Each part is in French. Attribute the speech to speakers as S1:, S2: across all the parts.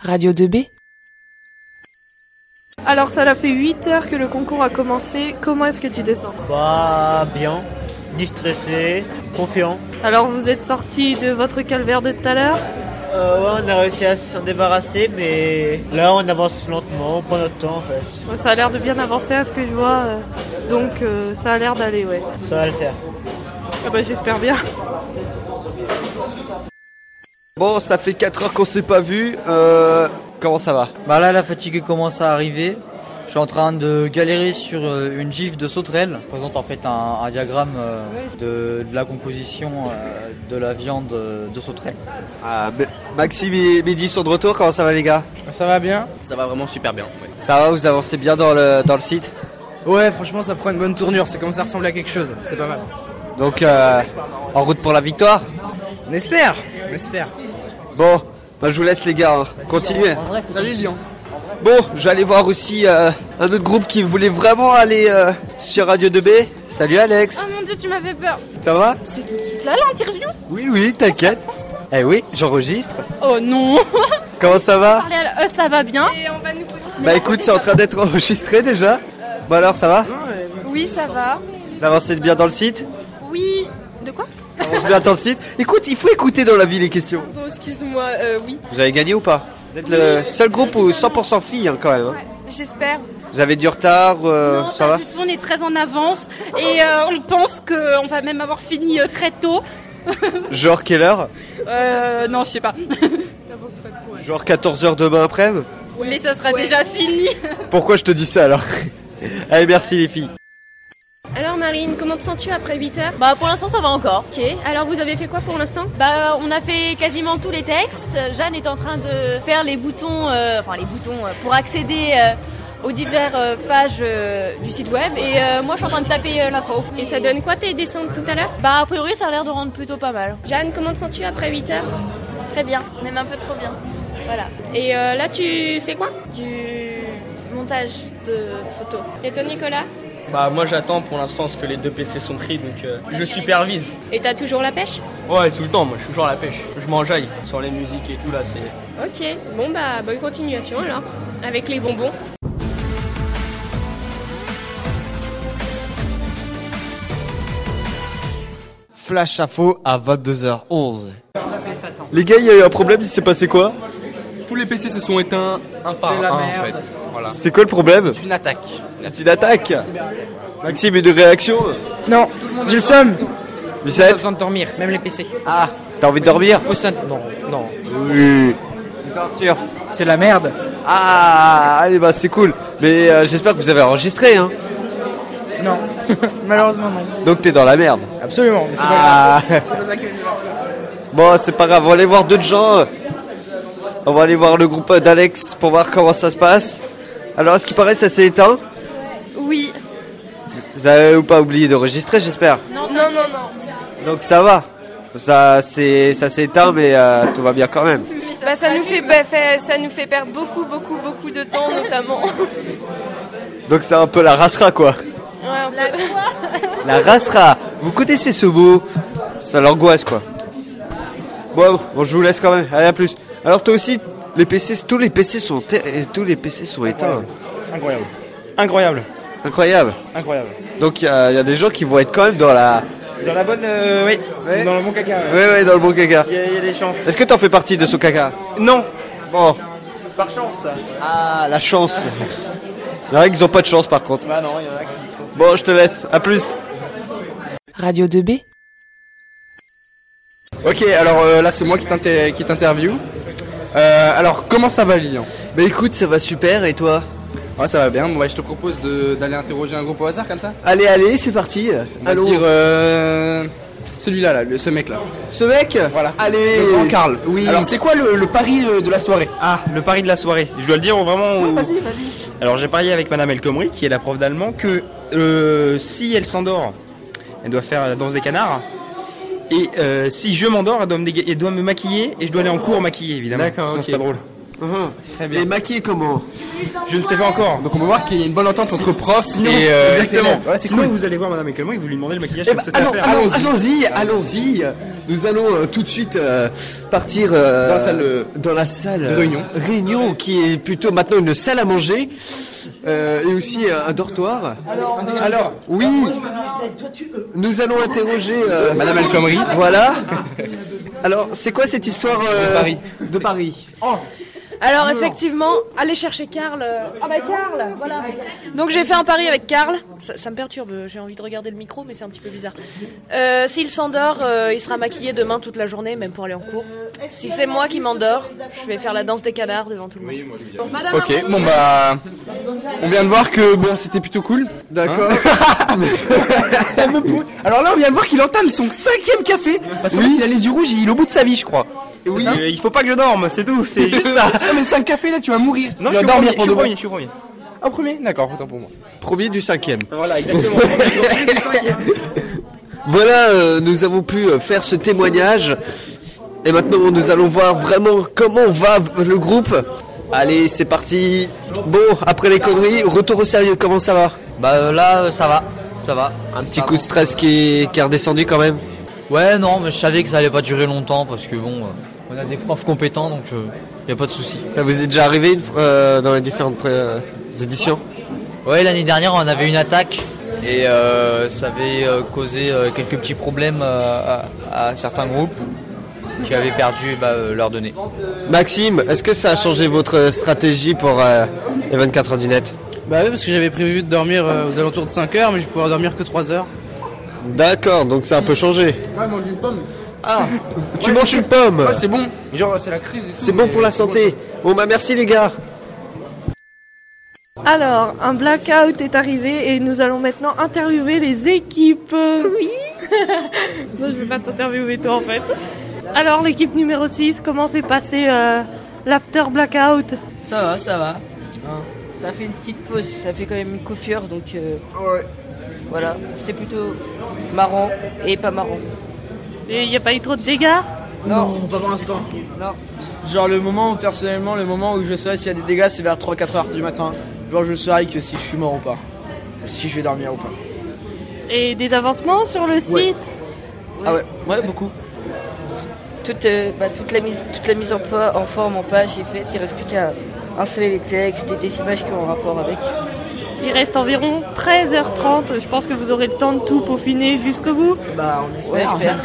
S1: Radio 2B
S2: Alors ça l'a fait 8 heures que le concours a commencé, comment est-ce que tu descends
S3: Bah bien, ni stressé, confiant.
S2: Alors vous êtes sorti de votre calvaire de tout à l'heure
S3: Euh, ouais, on a réussi à s'en débarrasser, mais là on avance lentement, on prend notre temps en fait.
S2: Ça a l'air de bien avancer à ce que je vois, euh, donc euh, ça a l'air d'aller, ouais.
S3: Ça va le faire.
S2: Ah bah j'espère bien.
S4: Bon, ça fait 4 heures qu'on s'est pas vu. Euh, comment ça va
S5: Bah là, la fatigue commence à arriver. Je suis en train de galérer sur euh, une gifle de sauterelle. Je présente en fait un, un diagramme euh, de, de la composition euh, de la viande euh, de sauterelle.
S4: Ah, M- Maxime et Mehdi sont de retour, comment ça va les gars
S6: Ça va bien
S7: Ça va vraiment super bien. ouais.
S4: Ça va, vous avancez bien dans le, dans le site
S6: Ouais, franchement, ça prend une bonne tournure. Ça commence à ressembler à quelque chose. C'est pas mal.
S4: Donc, euh, en route pour la victoire
S6: On espère On espère.
S4: Bon, bah, je vous laisse les gars, hein. continuez.
S6: Salut Lyon
S4: Bon, j'allais voir aussi euh, un autre groupe qui voulait vraiment aller euh, sur Radio 2B. Salut Alex,
S8: Oh mon dieu, tu m'as fait peur.
S4: ça va
S8: C'est tout de suite là l'interview
S4: Oui, oui, t'inquiète. Eh oui, j'enregistre.
S8: Oh non
S4: Comment ça va
S8: Parler à la- euh, ça va bien
S9: Et on va nous poser.
S4: Bah écoute, c'est en train d'être enregistré déjà. Bon alors, ça va
S9: Oui, ça va.
S4: Vous avancez bien dans le site
S9: Oui. De quoi
S4: On se met à temps le site. Écoute, il faut écouter dans la vie les questions.
S9: Non, excuse-moi, euh, oui.
S4: Vous avez gagné ou pas Vous êtes le seul groupe où 100% filles hein, quand même. hein.
S9: J'espère.
S4: Vous avez du retard, euh,
S8: Non,
S4: ça
S8: pas
S4: va
S8: du tout, on est très en avance et euh, on pense qu'on va même avoir fini euh, très tôt.
S4: Genre quelle heure
S8: Euh, non, je sais pas.
S9: T'avances pas trop.
S4: Genre 14h demain après-midi
S8: Mais ça sera
S9: Ouais.
S8: déjà fini.
S4: Pourquoi je te dis ça alors Allez, merci les filles.
S10: Alors Marine, comment te sens-tu après 8 heures
S9: Bah, pour l'instant, ça va encore.
S10: Ok, alors vous avez fait quoi pour l'instant
S9: Bah, on a fait quasiment tous les textes. Jeanne est en train de faire les boutons, euh, enfin les boutons euh, pour accéder euh, aux diverses euh, pages euh, du site web. Et euh, moi, je suis en train de taper euh, l'intro.
S10: Et ça donne quoi tes dessins de tout à l'heure
S9: Bah, a priori, ça a l'air de rendre plutôt pas mal.
S10: Jeanne, comment te sens-tu après 8 heures
S8: Très bien, même un peu trop bien.
S10: Voilà. Et euh, là tu fais quoi
S8: Du montage de photos.
S10: Et toi Nicolas
S7: Bah moi j'attends pour l'instant ce que les deux PC sont pris donc euh, je supervise.
S10: Et t'as toujours la pêche
S7: Ouais tout le temps moi je suis toujours à la pêche. Je m'enjaille sur les musiques et tout là c'est.
S10: Ok, bon bah bonne continuation alors, avec les bonbons.
S4: Flash info à 22h11. Les gars, il y a eu un problème, il s'est passé quoi
S6: Tous les PC se sont éteints un par un, en fait.
S4: C'est quoi le problème
S6: C'est une attaque.
S4: C'est une attaque Maxime, une réaction
S6: Non, j'ai le seum J'ai
S4: Lucette
S6: besoin de dormir, même les PC.
S4: Ah, t'as envie de dormir
S6: Au sein... Non, non.
S4: Oui. Torture.
S6: C'est la merde.
S4: Ah, allez, bah c'est cool. Mais euh, j'espère que vous avez enregistré, hein.
S6: Non. Malheureusement, non.
S4: Donc t'es dans la merde.
S6: Absolument, mais c'est
S4: Ah.
S6: pas grave.
S4: Bon, c'est pas grave, on va aller voir d'autres gens. euh. On va aller voir le groupe euh, d'Alex pour voir comment ça se passe. Alors, à ce qui paraît, ça s'est éteint.
S9: Oui.
S4: Vous avez ou pas oublié d'enregistrer, j'espère.
S9: Non, non, non, non.
S4: Donc ça va. Ça, c'est, ça s'est éteint, mais euh, tout va bien quand même.
S9: Bah, ça, nous fait, bah, fait- ça nous fait perdre beaucoup, beaucoup, beaucoup de temps, notamment.
S4: Donc c'est un peu la rassera, quoi.
S9: Ouais, un peu.
S4: La rassera. Vous connaissez ce mot Ça l'angoisse, quoi. Bon, bon, je vous laisse quand même. Allez, à plus. Alors toi aussi, les PC, tous les PC sont, éte- tous les PC sont éteints.
S11: Incroyable. Incroyable.
S4: Incroyable.
S11: Incroyable.
S4: Donc il y, a il y a des gens qui vont être quand même dans la.
S11: Dans la bonne. euh, oui.
S4: Ouais.
S11: Dans le bon caca. ouais.
S4: Ouais, ouais, dans le bon caca.
S11: Il y, a- il y a des chances.
S4: Est-ce que t'en fais partie de ce caca
S11: Non.
S4: Bon.
S11: Par chance, ça.
S4: Ah, la chance. Il y en a qui n'ont pas de chance par contre.
S11: Bah non, il y en a qui sont.
S4: Bon, je te laisse. À plus.
S1: Radio 2B
S6: Ok, alors euh, là, c'est moi qui t'interview. Euh, alors, comment ça va, Lyon
S4: Bah écoute, ça va super et toi
S6: Ouais, ça va bien. Bon, bah, je te propose de- d'aller interroger un groupe au hasard comme ça.
S4: Allez, allez, c'est parti.
S6: On va
S4: Allons.
S6: dire euh, celui-là, là, le- ce mec-là.
S4: Ce mec
S6: Voilà.
S4: Allez.
S6: Le grand Karl.
S4: Oui.
S6: Alors, c'est quoi le, le pari euh, de la soirée
S11: Ah, le pari de la soirée. Je dois le dire vraiment. vas-y, vas-y. Alors j'ai parié avec Madame El Khomri, qui est la prof d'allemand, que euh, si elle s'endort, elle doit faire la danse des canards. Et euh, si je m'endors, elle doit me, déga- elle doit me maquiller et je dois aller en cours maquillée évidemment.
S6: D'accord,
S11: Sinon,
S6: ok.
S11: c'est pas drôle.
S6: Très bien. Et
S4: maquillé comment
S11: Je ne sais pas encore.
S6: Donc on peut voir qu'il y a une bonne entente entre profs
S11: Sinon,
S6: et euh,
S11: exactement.
S6: élèves. Voilà, c'est
S11: Sinon,
S6: cool. bah, ah
S11: vous allez voir Madame Ekelman et vous lui demandez le maquillage
S4: Eh
S11: qu'elle
S4: ben,
S11: souhaite
S4: allons,
S11: faire.
S4: allons- allons-y, allons-y. Nous allons euh, tout de suite euh, partir euh,
S6: Dans la salle, euh,
S4: dans la salle
S6: de réunion.
S4: réunion qui est plutôt maintenant une salle à manger euh, et aussi un, un dortoir. Alors, oui, nous allons interroger euh,
S6: Madame Alcomry.
S4: Voilà. Alors, c'est quoi cette histoire euh, de
S6: Paris.
S4: De Paris.
S12: Alors effectivement, allez chercher Karl. euh, Ah bah Karl, voilà. Donc j'ai fait un pari avec Karl. Ça, ça me perturbe, j'ai envie de regarder le micro, mais c'est un petit peu bizarre. Euh, S'il s'endort, euh, il sera maquillé demain toute la journée, même pour aller en cours. Si c'est moi qui m'endors, je vais faire la danse des canards devant tout le monde. Madame
S6: Ok,
S12: Arnaud.
S6: bon bah. On vient de voir que bon, c'était plutôt cool. Hein
S4: D'accord.
S6: Ça me pou- Alors là, on vient de voir qu'il entame son cinquième café. Parce qu'en fait, il a les yeux rouges et il est au bout de sa vie, je crois.
S11: Oui.
S6: ah
S11: Euh, Il faut pas que je dorme, c'est tout. C'est juste ça.
S6: non, mais 5 cafés là, tu vas mourir.
S11: Non,
S6: tu vas
S11: je suis
S6: dormir pour
S11: premier, je
S6: de
S11: suis
S6: bon.
S11: premier, je suis premier.
S6: Ah, premier D'accord, autant pour moi.
S4: Premier du cinquième.
S11: Voilà, exactement.
S4: Voilà, euh, nous avons pu euh, faire ce témoignage. Et maintenant, nous allons voir vraiment comment va v- le groupe. Allez, c'est parti. Bon, après les conneries, retour au sérieux, comment ça va
S5: Bah euh, là, euh, ça va, ça va.
S4: Un Petit coup de stress qui est, qui est redescendu quand même.
S5: Ouais, non, mais je savais que ça allait pas durer longtemps parce que bon, euh, on a des profs compétents donc euh, y a pas de souci.
S4: Ça vous est déjà arrivé une fois, euh, dans les différentes pré- euh, éditions
S5: Ouais, l'année dernière, on avait une attaque et euh, ça avait euh, causé euh, quelques petits problèmes euh, à, à certains groupes qui avaient perdu bah, euh, leurs données.
S4: Maxime, est-ce que ça a changé votre euh, stratégie pour euh, les 24 heures du net
S13: Bah oui, parce que j'avais prévu de dormir euh, aux alentours de 5 heures, mais je vais pouvoir dormir que 3 heures.
S4: D'accord, donc ça a un peu changé.
S6: Ouais, mange une pomme.
S4: Ah, tu manges une pomme
S6: Ouais, c'est bon. Genre, c'est la crise. et tout,
S4: C'est bon
S6: mais-
S4: pour la santé. Bon bah merci les gars.
S2: Alors, un blackout est arrivé et nous allons maintenant interviewer les équipes. Oui Non, je vais pas t'interviewer toi en fait. Alors, l'équipe numéro 6, comment s'est passé euh, l'after blackout
S14: Ça va, ça va. Ça fait une petite pause, ça fait quand même une coupure, donc euh,
S7: Ah
S14: voilà, c'était plutôt marrant et pas marrant.
S2: Et il n'y a pas eu trop de dégâts
S14: Non, pas pour l'instant. Non.
S7: Genre le moment où personnellement le moment où je saurais s'il y a des dégâts c'est vers 3-4 heures du matin. Genre je saurais que si je suis mort ou pas. Si je vais dormir ou pas.
S2: Et des avancements sur le
S7: Ouais.
S2: site
S7: Ah ouais, ouais beaucoup.
S14: Toute, euh, bah, toute, la mise, toute la mise en, po- en forme en page est faite, il reste plus qu'à insérer les textes et des images qui ont un rapport avec.
S2: Il reste environ 13h30. Je pense que vous aurez le temps de tout peaufiner jusqu'au bout.
S7: Bah, on
S14: Ouais, j'espère.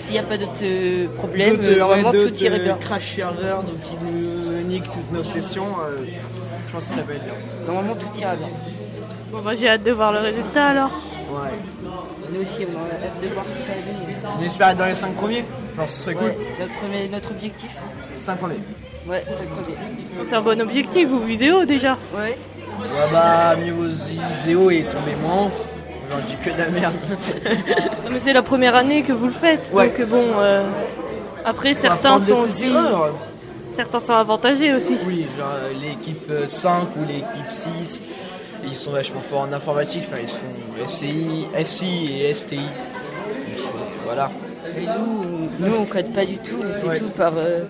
S14: S'il n'y a pas d'autres euh, problèmes, euh, normalement tout irait bien.
S7: Crash server donc il nous nique toutes nos sessions. euh, je pense que ça va être bien.
S14: Normalement tout ira bien.
S2: Bon, bah, j'ai hâte de voir le résultat alors.
S7: Ouais.
S14: Nous aussi, on a hâte de voir ce que ça va donner.
S7: On espère être dans les 5 premiers. Genre ce serait cool.
S14: Ouais, notre, premier- notre objectif
S7: 5 premiers.
S14: Ouais, c'est le premier.
S2: C'est un bon objectif, vous visez haut déjà.
S14: Ouais.
S7: Ouais bah niveau Zéo est tombé moins. Genre je dis que de la merde.
S2: Non, Mais c'est la première année que vous le faites.
S7: Ouais.
S2: Donc bon, euh, après
S7: va
S2: certains
S7: prendre de
S2: sont
S7: ses
S2: aussi-
S7: erreurs.
S2: certains sont avantagés aussi.
S7: Oui, genre euh, l'équipe euh, 5 ou l'équipe 6, ils sont vachement forts en informatique, enfin ils se font SCI, SI et STI. Donc, c'est- Voilà.
S14: Et nous, on- nous, on code pas du tout, on fait tout par euh,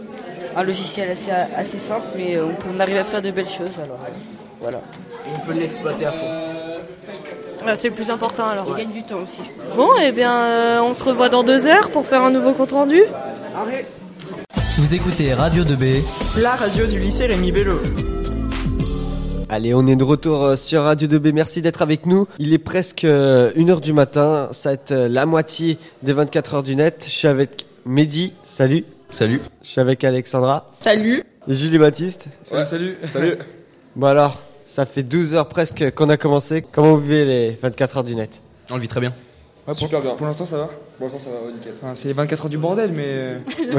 S14: un logiciel assez, assez simple, mais euh, on, on arrive à faire de belles choses. Alors, euh, voilà.
S7: On peut l'exploiter à fond.
S2: Ah, c'est le plus important alors.
S14: On gagne du temps aussi.
S2: Bon, et bien euh, on se revoit dans deux heures pour faire un nouveau compte rendu.
S15: Vous écoutez Radio 2B.
S7: La radio du lycée Rémi Bello.
S4: Allez, on est de retour euh, sur Radio 2B. Merci d'être avec nous. Il est presque 1h du matin. Ça va être euh, la moitié des 24 heures du net. Je suis avec Mehdi. Salut.
S15: Salut.
S4: Je suis avec Alexandra.
S16: Salut.
S4: Et Julie Baptiste.
S16: Salut, salut.
S4: Salut. Bon alors, ça fait 12 heures presque qu'on a commencé. Comment vous vivez les 24 heures du net
S15: On le vit très bien.
S16: Super bien. Ah, Pour l'instant, ça va Pour l'instant, ça va, ouais, nickel. Enfin, c'est les 24 heures du bordel,
S11: euh,
S16: mais.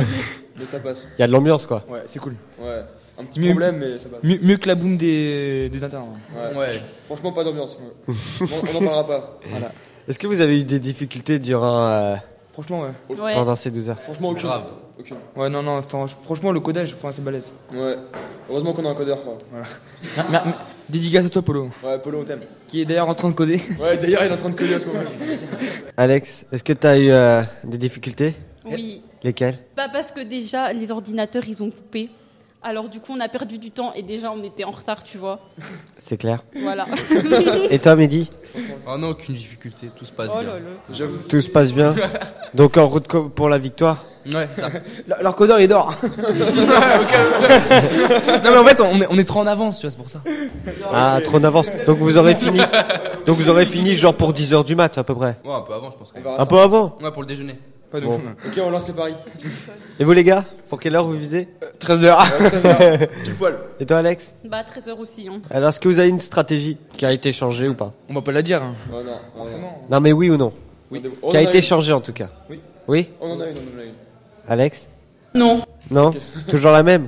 S16: mais ça passe.
S4: Il y a de l'ambiance quoi.
S16: Ouais, c'est cool. Ouais. Un petit
S11: Mieux-
S16: problème, mais ça passe.
S11: Mieux, mieux que la boum des, des internes.
S16: Ouais. Franchement, pas d'ambiance. moi. Oh, Bon, on en parlera pas. Voilà.
S4: Est-ce que vous avez eu des difficultés durant euh,
S11: Franchement, ouais.
S16: Ouais.
S4: pendant ces 12 heures
S16: Franchement, aucune.
S15: Grave.
S16: Aucune.
S11: Ouais, non, non, enfin, je- franchement, le codage, enfin, c'est balèze.
S16: Ouais. Heureusement qu'on a un codeur. quoi.
S11: Mer- mer- mer- Dédicace à toi, Polo.
S16: Ouais, Polo, on t'aime.
S11: Qui est d'ailleurs en train de coder.
S16: Ouais, d'ailleurs, il est en train de coder à ce moment-là.
S4: Alex, est-ce que tu as eu euh, des difficultés
S16: Oui.
S4: Lesquelles
S17: Bah parce que déjà les ordinateurs ils ont coupé.
S9: Alors du coup, on a perdu du temps et déjà on était en retard, tu vois.
S4: C'est clair.
S9: Voilà.
S4: Et toi, Mehdi
S7: Oh non, aucune difficulté, tout se passe
S9: Oh
S7: bien.
S9: là
S7: J'avoue.
S4: Tout se passe bien. Donc en route co- pour la victoire.
S7: Ouais, c'est ça.
S18: Leur codeur, il dort.
S7: non, mais en fait, on est, on est trop en avance, tu vois, c'est pour ça.
S4: Ah, trop d'avance. Donc vous aurez fini. Donc vous aurez fini genre pour 10h du mat à peu près.
S7: Ouais, un peu avant, je pense. quand même.
S4: Un peu avant
S7: Ouais, pour le déjeuner.
S4: Pas de Bon.
S7: ouf.
S4: fou, hein.
S11: Ok, on lance les paris.
S4: Et vous les gars, pour quelle heure vous visez
S11: Euh, 13h. Pile poil.
S4: Et toi Alex
S9: Bah 13h aussi. Hein.
S4: Alors est-ce que vous avez une stratégie qui a été changée ou pas
S11: On va pas la dire. Oh, Non, non, forcément.
S4: Non mais oui ou non
S11: Oui.
S4: Qui a
S11: On en a
S4: été
S11: une.
S4: changée en tout cas
S11: Oui.
S4: Oui
S11: On en a une, on en a une.
S4: Alex
S9: Non.
S4: Non Toujours la même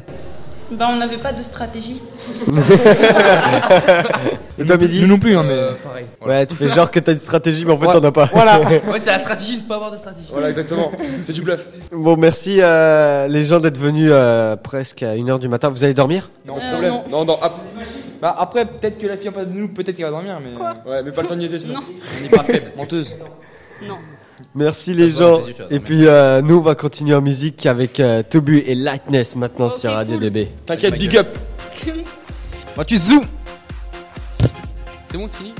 S9: Bah on n'avait pas de stratégie.
S4: Et toi Mehdi
S11: Nous non plus, hein, mais.
S7: Euh, pareil.
S4: Ouais, tu fais genre que t'as une stratégie mais en fait t'en as pas.
S7: ouais, c'est la stratégie de ne pas avoir de stratégie.
S11: Voilà, exactement. C'est du bluff.
S4: Bon, merci euh, les gens d'être venus euh, presque à 1h du matin. Vous allez dormir
S11: Non, problème. Non, non, ap- Bah, après, peut-être que la fille en face de nous, peut-être qu'elle va dormir, mais. ouais, mais pas le temps de niaiser sinon.
S9: Non.
S11: On n'est pas faible. Menteuse.
S4: Merci les
S7: Ça se voit dans
S4: gens.
S7: tes yeux, tu vas
S4: Et
S7: dormir.
S4: puis euh, nous, on va continuer en musique avec euh, Tobu et Lightness maintenant sur Radio DB.
S11: T'inquiète, big up.
S7: Bah, tu zooms. C'est bon, c'est fini